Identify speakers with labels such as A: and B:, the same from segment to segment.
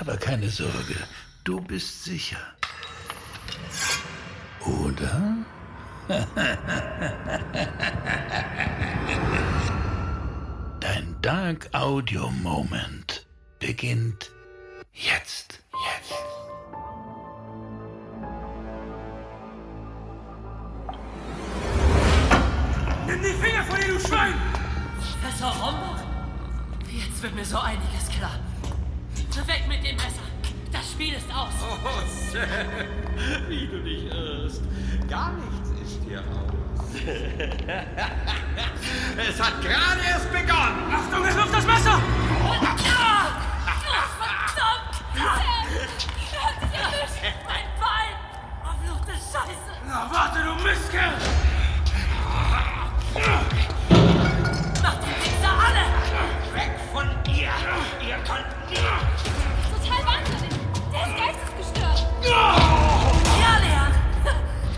A: Aber keine Sorge, du bist sicher. Oder? Dein Dark Audio Moment beginnt jetzt. Jetzt.
B: Nimm die Finger von ihr, du Schwein!
C: Messer Rombach? Jetzt wird mir so einiges klar. Weg mit dem Messer. Das Spiel ist aus.
B: Oh, Sam, wie du dich irrst. Gar nichts ist dir aus. es hat gerade erst begonnen. Achtung, es wirft das Messer!
C: Ach, Ah! verdammt! Sam! Er hat dich erwischt! Mein Bein! Verfluchte Scheiße!
B: Na, warte, du Mistkerl!
C: Mach die Wichser alle!
B: Weg von ihr! Ihr könnt nicht!
D: Total wahnsinnig. Der ist geistesgestört.
C: Ja, Leon!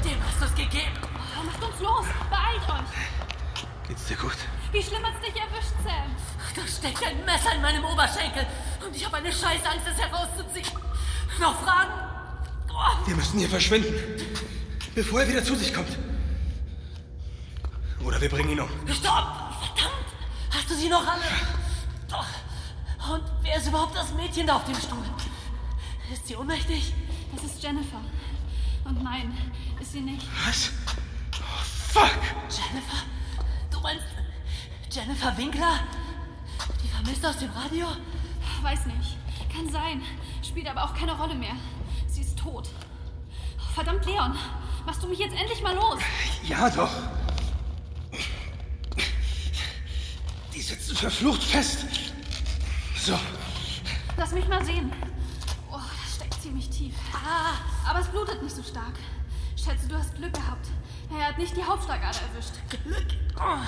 C: Dem hast du's gegeben.
D: Oh, macht uns los. Beeilt euch.
B: Geht's dir gut?
D: Wie schlimm hat's dich erwischt, Sam?
C: Da steckt ein Messer in meinem Oberschenkel. Und ich habe eine Scheißangst, es herauszuziehen. Noch Fragen? Oh,
B: Wir müssen hier verschwinden, bevor er wieder zu sich kommt. Oder wir bringen ihn um.
C: stopp! Verdammt! Hast du sie noch alle? Doch. Und wer ist überhaupt das Mädchen da auf dem Stuhl? Ist sie ohnmächtig?
D: Das ist Jennifer. Und nein, ist sie nicht.
B: Was? Oh, fuck!
C: Jennifer? Du meinst Jennifer Winkler? Die vermisst aus dem Radio?
D: Weiß nicht. Kann sein. Spielt aber auch keine Rolle mehr. Sie ist tot. Oh, verdammt, Leon. Machst du mich jetzt endlich mal los?
B: Ja, doch. Die sitzen verflucht fest. So,
D: Lass mich mal sehen. Oh, das steckt ziemlich tief. Ah, aber es blutet nicht so stark. Schätze, du hast Glück gehabt. Er hat nicht die Hauptschlagader erwischt.
C: Glück? Oh,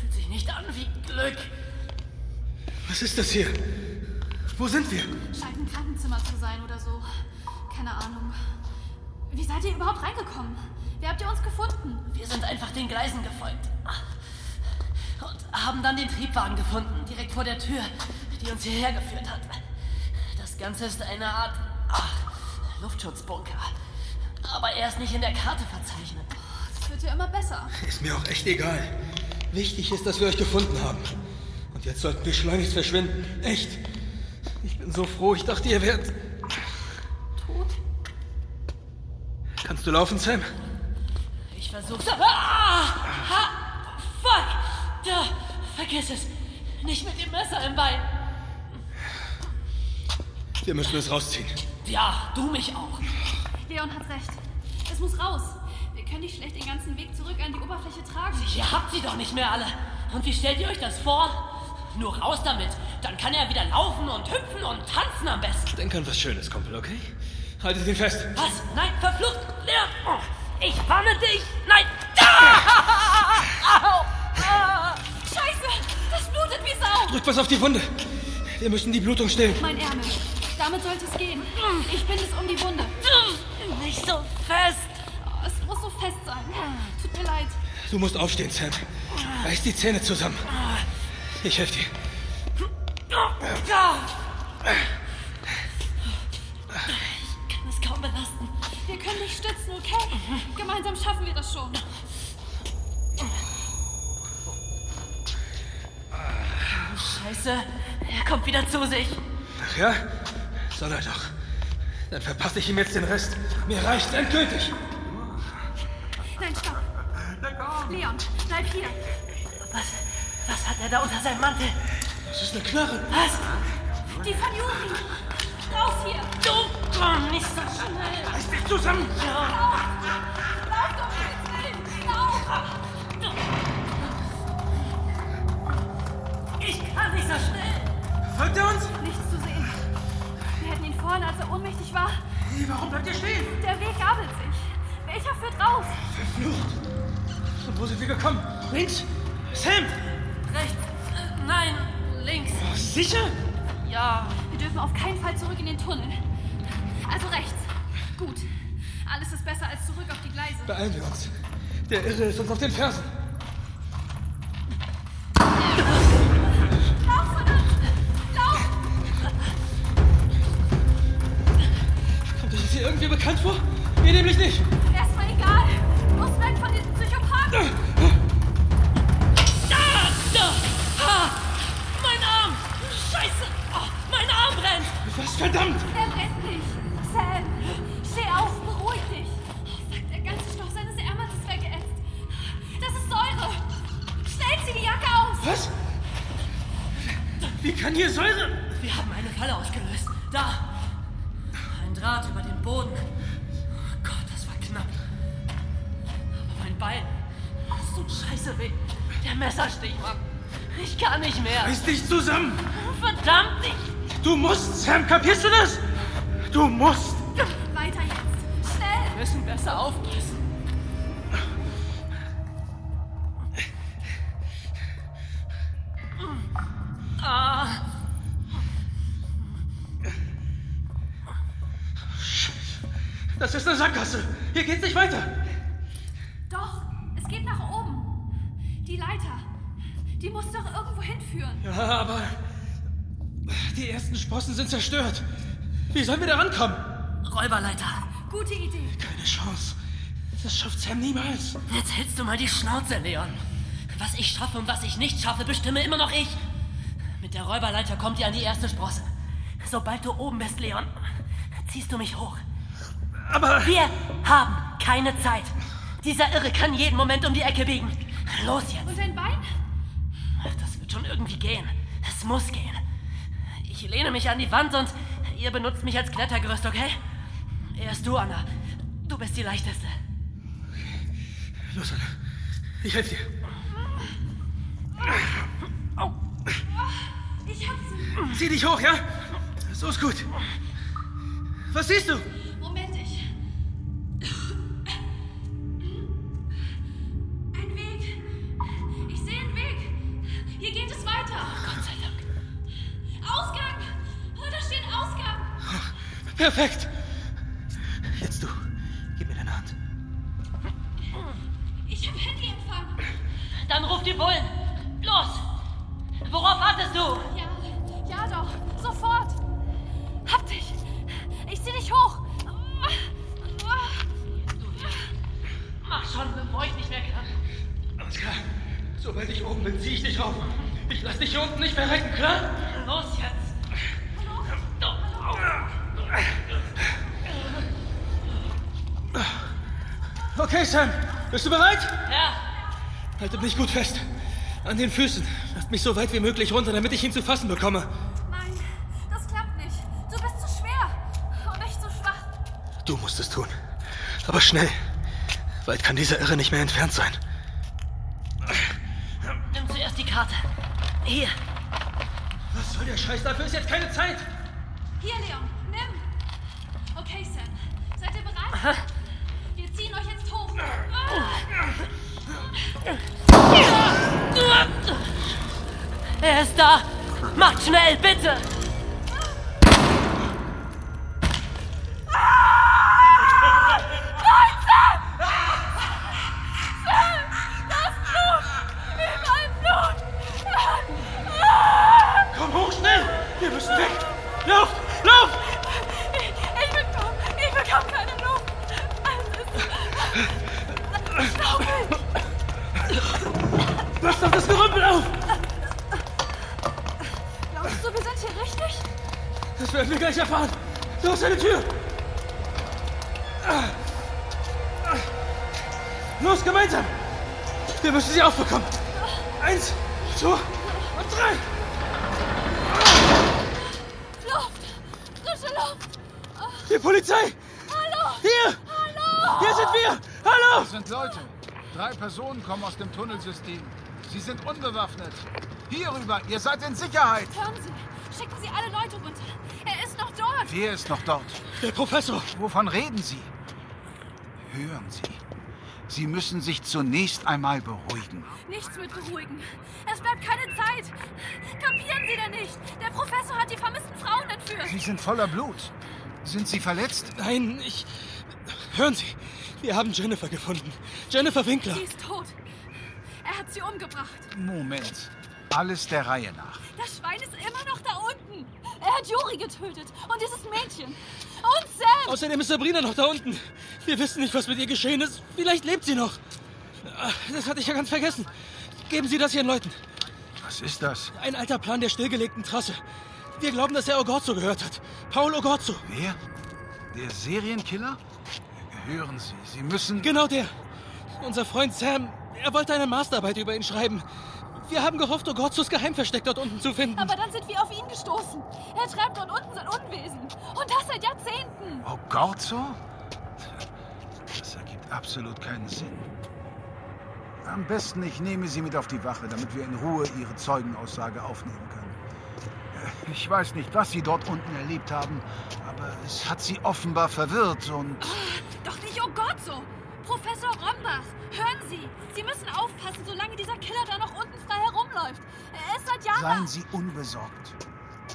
C: fühlt sich nicht an wie Glück.
B: was ist das hier? Wo sind wir?
D: Scheint ein Krankenzimmer zu sein oder so. Keine Ahnung. Wie seid ihr überhaupt reingekommen? Wie habt ihr uns gefunden?
C: Wir sind einfach den Gleisen gefolgt. Und haben dann den Triebwagen gefunden, direkt vor der Tür, die uns hierher geführt hat. Das Ganze ist eine Art ah, Luftschutzbunker. Aber er ist nicht in der Karte verzeichnet.
D: Das wird ja immer besser.
E: Ist mir auch echt egal. Wichtig ist, dass wir euch gefunden haben. Und jetzt sollten wir schleunigst verschwinden. Echt. Ich bin so froh. Ich dachte, ihr wärt.
D: Tot?
E: Kannst du laufen, Sam?
C: Ich versuch's. Ah! Ha! Fuck! Da! Vergiss es! Nicht mit dem Messer im Bein!
E: Wir müssen es rausziehen.
C: Ja, du mich auch.
D: Leon hat recht. Es muss raus. Wir können nicht schlecht den ganzen Weg zurück an die Oberfläche tragen.
C: Ihr habt sie doch nicht mehr alle. Und wie stellt ihr euch das vor? Nur raus damit. Dann kann er wieder laufen und hüpfen und tanzen am besten.
E: Denk an was Schönes, Kumpel, okay? Haltet ihn fest.
C: Was? Nein, verflucht! Leon! Oh, Ich warne dich! Nein! Ah! Au! Ah!
D: Scheiße! Das blutet wie Sau!
E: Drückt was auf die Wunde. Wir müssen die Blutung stillen.
D: Mein Ärmel. Damit sollte es gehen. Ich binde es um die Wunde.
C: Nicht so fest!
D: Oh, es muss so fest sein. Tut mir leid.
E: Du musst aufstehen, Sam. Reiß die Zähne zusammen. Ich helfe dir.
C: Ah! Ich kann es kaum belasten.
D: Wir können dich stützen, okay? Gemeinsam schaffen wir das schon.
C: Scheiße, er kommt wieder zu sich.
E: Ach ja? Soll er doch. Dann verpasse ich ihm jetzt den Rest. Mir reicht's endgültig.
D: Nein, stopp. Leon, bleib hier.
C: Was, was hat er da unter seinem Mantel?
E: Das ist eine Knarre.
C: Was?
D: Die von Juri. Raus hier.
C: Du, komm, nicht so schnell.
B: Reiß dich zusammen!
D: Lauf doch jetzt Lauf.
C: Ich kann nicht so schnell.
B: Folgt er uns?
D: Nichts zu sehen. Er verloren, als er ohnmächtig war.
B: Hey, warum bleibt ihr stehen?
D: Der Weg gabelt sich. Welcher führt raus?
E: Verflucht! Und wo sind wir gekommen? Links? Sam!
C: Rechts. Äh, Nein, links.
E: Sicher?
C: Ja,
D: Wir dürfen auf keinen Fall zurück in den Tunnel. Also rechts. Gut. Alles ist besser als zurück auf die Gleise.
E: Beeilen wir uns. Der Irre ist uns auf den Fersen.
D: Lauf von uns! Lauf!
E: Kommt euch das hier irgendwie bekannt vor? Mir nämlich nicht.
D: Erstmal egal. Muss weg von diesem Psychopathen.
C: Ah, da! Ah, mein Arm! Scheiße! Ah, mein Arm brennt!
E: Was verdammt!
D: Er brennt nicht. Sam, steh auf, beruhig dich. Oh, Fuck, der ganze Stoff seines Ärmels ist weggeätzt. Das ist Säure. Schnell zieh die Jacke aus.
E: Was? Wie kann hier Säure?
C: Wir haben eine Falle ausgelöst. Da! Ein Draht über den Boden. Oh Gott, das war knapp. Aber mein Bein. Ach so scheiße weh. Der Messerstich, Mann. Ich kann nicht mehr.
E: Reiß dich zusammen!
C: Verdammt nicht!
E: Du musst, Sam, kapierst du das? Du musst!
D: Weiter jetzt. Schnell.
C: Wir müssen besser aufpassen. Ah,
E: Das ist eine Sackgasse. Hier geht's nicht weiter.
D: Doch, es geht nach oben. Die Leiter. Die muss doch irgendwo hinführen.
E: Ja, aber die ersten Sprossen sind zerstört. Wie sollen wir da rankommen?
C: Räuberleiter.
D: Gute Idee.
E: Keine Chance. Das schafft Sam niemals.
C: Jetzt hältst du mal die Schnauze, Leon. Was ich schaffe und was ich nicht schaffe, bestimme immer noch ich. Mit der Räuberleiter kommt ihr an die erste Sprosse. Sobald du oben bist, Leon, ziehst du mich hoch.
E: Aber
C: Wir haben keine Zeit. Dieser Irre kann jeden Moment um die Ecke biegen. Los jetzt.
D: Und dein Bein?
C: Ach, das wird schon irgendwie gehen. Es muss gehen. Ich lehne mich an die Wand und ihr benutzt mich als Klettergerüst, okay? Erst du, Anna. Du bist die leichteste.
E: los, Anna. Ich helfe dir.
D: Ich hab sie.
E: Zieh dich hoch, ja? So ist gut. Was siehst du?
D: Moment, ich. Ein Weg. Ich sehe einen Weg. Hier geht es weiter.
C: Oh, Gott sei Dank.
D: Ausgang. Oh, da steht Ausgang.
E: Perfekt. Jetzt du. Gib mir deine Hand.
D: Ich habe Handyempfang.
C: Dann ruf die Bullen. Los! Worauf wartest du?
D: Ja, ja doch. Sofort. Hab dich. Ich zieh dich hoch.
C: Mach schon, bevor ich nicht mehr kann.
E: Alles klar. Sobald ich oben bin, zieh ich dich rauf. Ich lass dich hier unten nicht verrecken, klar?
C: Los jetzt.
E: Okay, Sam. Bist du bereit?
C: Ja,
E: Haltet mich gut fest. An den Füßen. Lasst mich so weit wie möglich runter, damit ich ihn zu fassen bekomme.
D: Nein, das klappt nicht. Du bist zu schwer. Und ich zu schwach.
E: Du musst es tun. Aber schnell. Weit kann dieser Irre nicht mehr entfernt sein.
C: nimm zuerst die Karte. Hier.
E: Was soll der Scheiß? Dafür ist jetzt keine Zeit.
D: Hier, Leon. Nimm. Okay, Sam. Seid ihr bereit? Wir ziehen euch jetzt hoch.
C: Er ist da. Macht schnell, bitte.
E: Komm hoch, schnell! Wir müssen weg! Lauf! Lauf!
D: Ich bin dumm. Ich bekomme keine Luft.
E: Lass doch das Gerümpel auf!
D: Glaubst du, wir sind hier richtig?
E: Das werden wir gleich erfahren! Los, eine Tür! Los, gemeinsam! Wir müssen sie aufbekommen! Eins, zwei und drei!
D: Luft. Frische Luft.
E: Die Polizei!
D: Hallo.
E: Hier! Hallo! Hier sind wir! Hallo!
F: Das sind Leute. Drei Personen kommen aus dem Tunnelsystem. Sie sind unbewaffnet. Hierüber, ihr seid in Sicherheit.
D: Hören Sie. Schicken Sie alle Leute runter. Er ist noch dort.
F: Wer ist noch dort?
E: Der Professor!
F: Wovon reden Sie? Hören Sie. Sie müssen sich zunächst einmal beruhigen.
D: Nichts mit beruhigen. Es bleibt keine Zeit. Kapieren Sie denn nicht? Der Professor hat die vermissten Frauen entführt.
F: Sie sind voller Blut. Sind Sie verletzt?
E: Nein, ich. Hören Sie! Wir haben Jennifer gefunden. Jennifer Winkler!
D: Sie ist tot. Er hat sie umgebracht.
F: Moment. Alles der Reihe nach.
D: Das Schwein ist immer noch da unten. Er hat Juri getötet und dieses Mädchen. Und Sam.
E: Außerdem ist Sabrina noch da unten. Wir wissen nicht, was mit ihr geschehen ist. Vielleicht lebt sie noch. Ah, Das hatte ich ja ganz vergessen. Geben Sie das Ihren Leuten.
F: Was ist das?
E: Ein alter Plan der stillgelegten Trasse. Wir glauben, dass er Ogorzo gehört hat. Paul Ogorzo.
F: Wer? Der Serienkiller? Hören Sie, Sie müssen...
E: Genau der. Unser Freund Sam. Er wollte eine Masterarbeit über ihn schreiben. Wir haben gehofft, Ogorzos Geheimversteck dort unten zu finden.
D: Aber dann sind wir auf ihn gestoßen. Er treibt dort unten sein Unwesen. Und das seit Jahrzehnten.
F: Oh Gott, so? Das ergibt absolut keinen Sinn. Am besten, ich nehme Sie mit auf die Wache, damit wir in Ruhe Ihre Zeugenaussage aufnehmen können. Äh, Ich weiß nicht, was Sie dort unten erlebt haben, aber es hat Sie offenbar verwirrt und...
D: Doch nicht, oh Gott, so. Professor Rombach, hören Sie. Sie müssen aufpassen, solange dieser Killer da noch unten frei herumläuft. Er ist seit Jahren...
F: Seien Sie unbesorgt.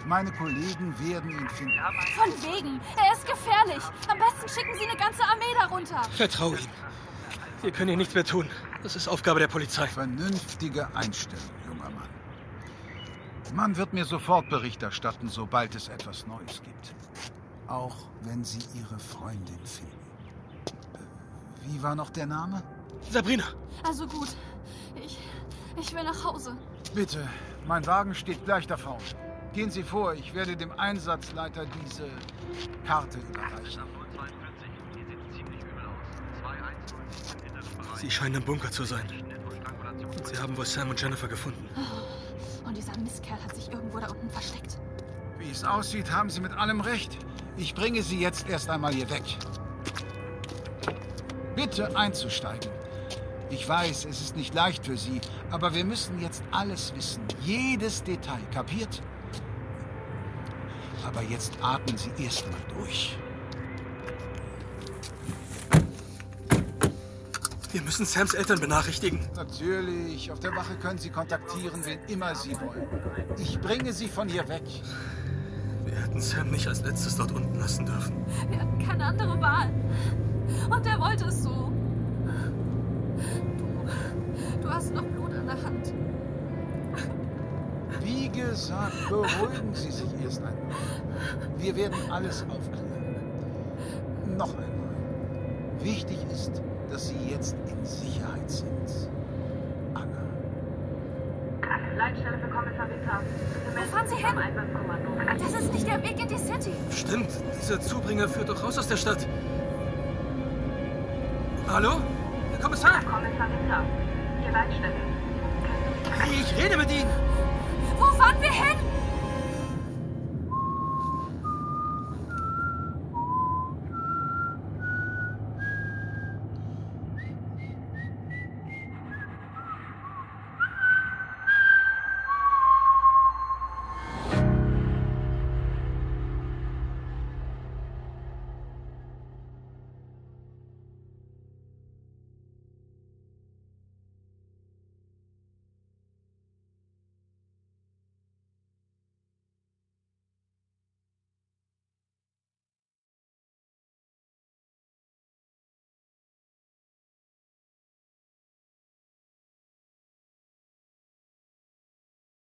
F: Meine Kollegen werden ihn finden.
D: Von wegen. Er ist gefährlich. Am besten schicken Sie eine ganze Armee darunter.
E: Vertraue ihm. Wir können hier nichts mehr tun. Das ist Aufgabe der Polizei.
F: Vernünftige Einstellung, junger Mann. Man wird mir sofort Bericht erstatten, sobald es etwas Neues gibt. Auch wenn Sie Ihre Freundin finden. Äh, Wie war noch der Name?
E: Sabrina,
D: Also gut. Ich... Ich will nach Hause.
F: Bitte, mein Wagen steht gleich da vorne. Gehen Sie vor, ich werde dem Einsatzleiter diese Karte überreichen.
E: Sie scheinen im Bunker zu sein. Und Sie haben wohl Sam und Jennifer gefunden.
D: Und dieser Mistkerl hat sich irgendwo da unten versteckt.
F: Wie es aussieht, haben Sie mit allem recht. Ich bringe Sie jetzt erst einmal hier weg. Bitte einzusteigen. Ich weiß, es ist nicht leicht für Sie, aber wir müssen jetzt alles wissen. Jedes Detail, kapiert? Aber jetzt atmen Sie erst mal durch.
E: Wir müssen Sams Eltern benachrichtigen.
F: Natürlich, auf der Wache können Sie kontaktieren, wen immer Sie wollen. Ich bringe Sie von hier weg.
E: Wir hätten Sam nicht als letztes dort unten lassen dürfen.
D: Wir hatten keine andere Wahl. Und er wollte es so. Du, du hast noch Blut an der Hand.
F: Wie gesagt, beruhigen Sie sich erst einmal. Wir werden alles aufklären. Noch einmal. Wichtig ist, dass Sie jetzt in Sicherheit sind. Anna.
G: Leitstelle für Kommissar Winter.
D: Wo fahren Sie hin?
G: Einsatzkommando.
D: Das ist nicht der Weg in die City.
E: Stimmt, dieser Zubringer führt doch raus aus der Stadt. Hallo? Herr Kommissar?
G: Kommissar Winter. Hier Leitstelle.
E: Ich rede mit Ihnen.
D: Wo fahren wir hin?